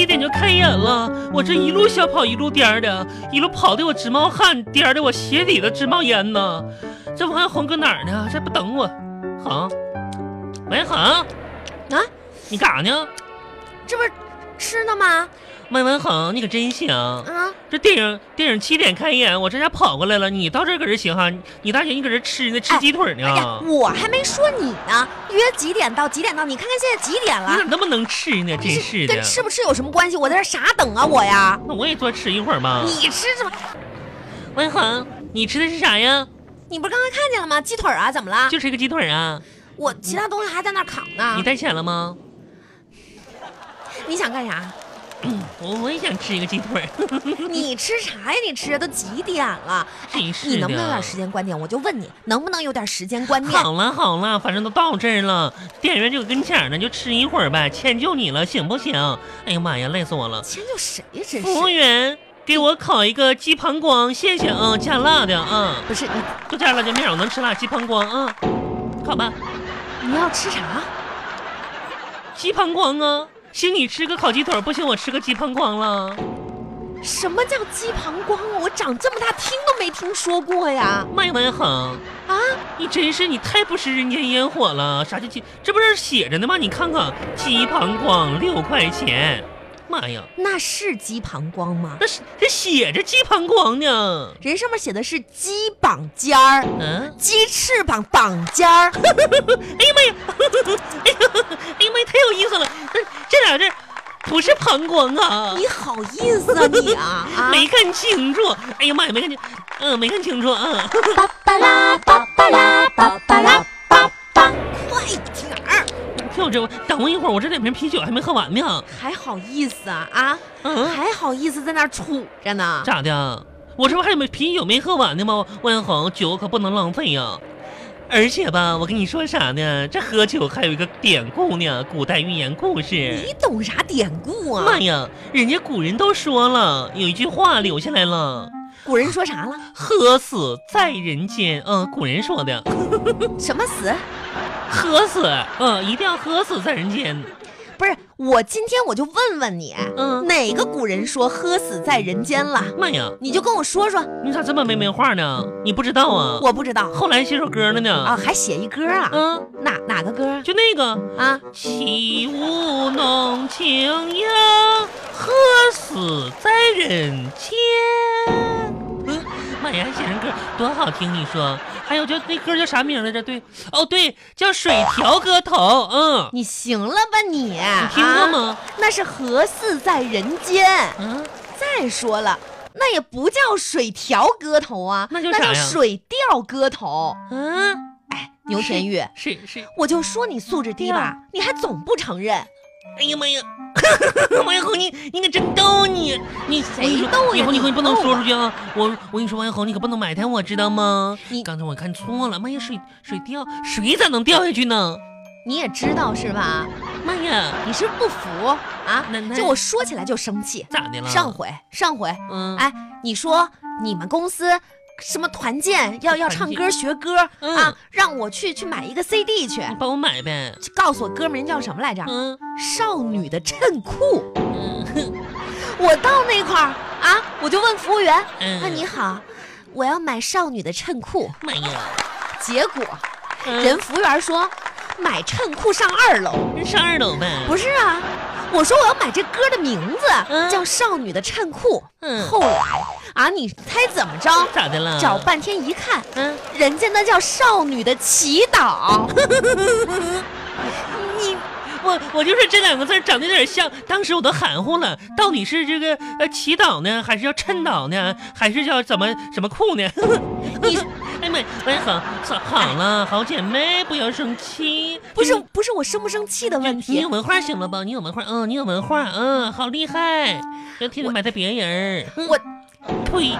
哎点就开演了，我这一路小跑一路颠儿的，一路跑的我直冒汗，颠的我鞋底子直冒烟呢。这王红搁哪儿呢？这不等我，恒，喂恒，啊，你干啥呢？这不是吃呢吗？喂文恒，你可真行！啊，这电影电影七点开演，我这家跑过来了，你到这儿搁这行哈？你你大姐你搁这吃呢，吃鸡腿呢？哎呀，我还没说你呢，约几点到几点到？你看看现在几点你了咋？那么能吃呢？真嗯是的跟，吃不吃有什么关系？我在这傻等啊，我呀，那我也多吃一会儿吧。你吃什么？文恒，你吃的是啥呀？你不是刚才看见了吗？鸡腿啊，怎么了？就吃个鸡腿啊？我其他东西还在那儿扛呢。你带钱了吗？你想干啥？我我也想吃一个鸡腿儿，你吃啥呀？你吃都几点了？哎真是的。你能不能有点时间观念？我就问你，能不能有点时间观念？好了好了，反正都到这儿了，电影院就跟前儿呢，就吃一会儿呗，迁就你了，行不行？哎呀妈呀，累死我了！迁就谁呀？真服务哎是员，给我烤一个鸡膀胱，谢谢啊，加辣的啊，不是你就加辣椒面，我能吃辣鸡膀胱啊，烤吧，你要吃啥？鸡膀胱啊，行，你吃个烤鸡腿儿，不行我吃个鸡膀胱了。什么叫鸡膀胱啊？我长这么大听都没听说过呀！麦文恒，啊，你真是你太不食人间烟火了，啥叫鸡？这不是写着呢吗？你看看，鸡膀胱六块钱，妈呀，那是鸡膀胱吗？那是这写着鸡膀胱呢，人上面写的是鸡膀尖儿、嗯、鸡翅膀膀尖儿，哎呀妈 呀！哎呀，哎呀妈呀，太有意思了！这这俩字儿不是膀胱啊，你好意思啊你啊啊！没看清楚。哎呀妈呀，没看清，嗯、 没看清楚啊。巴巴拉巴巴拉巴巴拉巴巴，快点儿！听我这，等我一会儿，我这两瓶啤酒还没喝完呢。还好意思啊啊！嗯、还好意思在那儿杵着呢？咋的？我这不还没啤酒没喝完呢吗？万恒，酒可不能浪费呀、而且吧，我跟你说啥呢？这喝酒还有一个典故呢，古代寓言故事。你懂啥典故啊妈？呀，人家古人都说了，有一句话留下来了。古人说啥了？喝死在人间，嗯、古人说的，什么死？喝死，嗯、一定要喝死在人间，不是我今天我就问问你，嗯哪个古人说喝死在人间了？妈呀，你就跟我说说，你咋这么没文化呢？你不知道啊？我不知道后来写首歌了啊，呢，还写一歌啊？嗯、哪哪个歌就那个啊？ “岂无浓情呀，喝死在人间”。嗯，妈呀，还写成歌多好听！你说，还有叫那歌叫啥名来着？对，哦对，叫《水调歌头》。嗯，你行了吧你？你听过啊？吗？那是何似在人间。嗯。再说了，那也不叫水调歌头啊，那叫啥那呀叫水调歌头。嗯，牛田玉，是是，我就说你素质低吧，你还总不承认。哎呀妈呀， 王一红，你你可真逗你，你谁我跟你说哎逗呀以后你你可不能逗说我出去啊！我我跟你说，王一红，你可不能埋汰我，知道吗？你刚才我看错了，妈呀，水水掉，水咋能掉下去呢？你也知道是吧？妈呀，你是不是不服啊那那？就我说起来就生气。咋的了？上回上回，嗯，哎，你说你们公司什么团建要要唱歌学歌、嗯啊，让我去去买一个 CD 去，你哎帮我买呗。就告诉我歌名叫什么来着？嗯少女的衬裤。嗯哼我到那块儿啊，我就问服务员，嗯，啊，你好，我要买少女的衬裤。妈呀，结果嗯人服务员说，买衬裤上二楼。人上二楼呗。不是啊，我说我要买这歌的名字、嗯叫《少女的衬裤》。嗯，后来啊，你猜怎么着？咋的了？找半天一看，嗯，人家那叫少女的祈祷。 你我我就说这两个字儿长得有点像，当时我都含糊了，到底是这个呃祈祷呢，还是要趁祷呢，还是叫怎么什么裤呢？ 你哎妈，哎好，好好了，好姐妹，不要生气，不是嗯。不是我生不生气的问你你有题，文化行了吧？你有文化，嗯，你有文化，嗯，好厉害，要天天埋汰别人儿。我呸，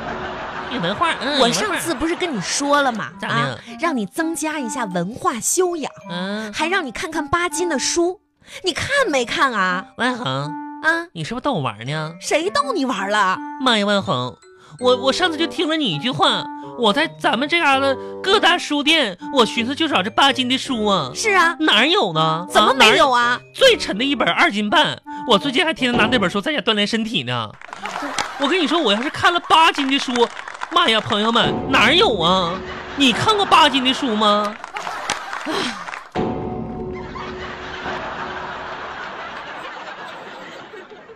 有文化，嗯，我有文化上次不是跟你说了吗？咋的啊，让你增加一下文化修养，嗯，还让你看看巴金的书，你看没看啊？万恒，啊，你是不是逗我玩呢？谁逗你玩了？妈呀，万恒，我我上次就听了你一句话，我在咱们这嘎达各大书店，我寻思就找这八斤的书啊，是啊，哪儿有呢？怎么啊没？哪儿有啊？最沉的一本二斤半，我最近还天天拿那本书在家锻炼身体呢。我跟你说，我要是看了八斤的书，妈呀，朋友们哪儿有啊？你看过八斤的书吗？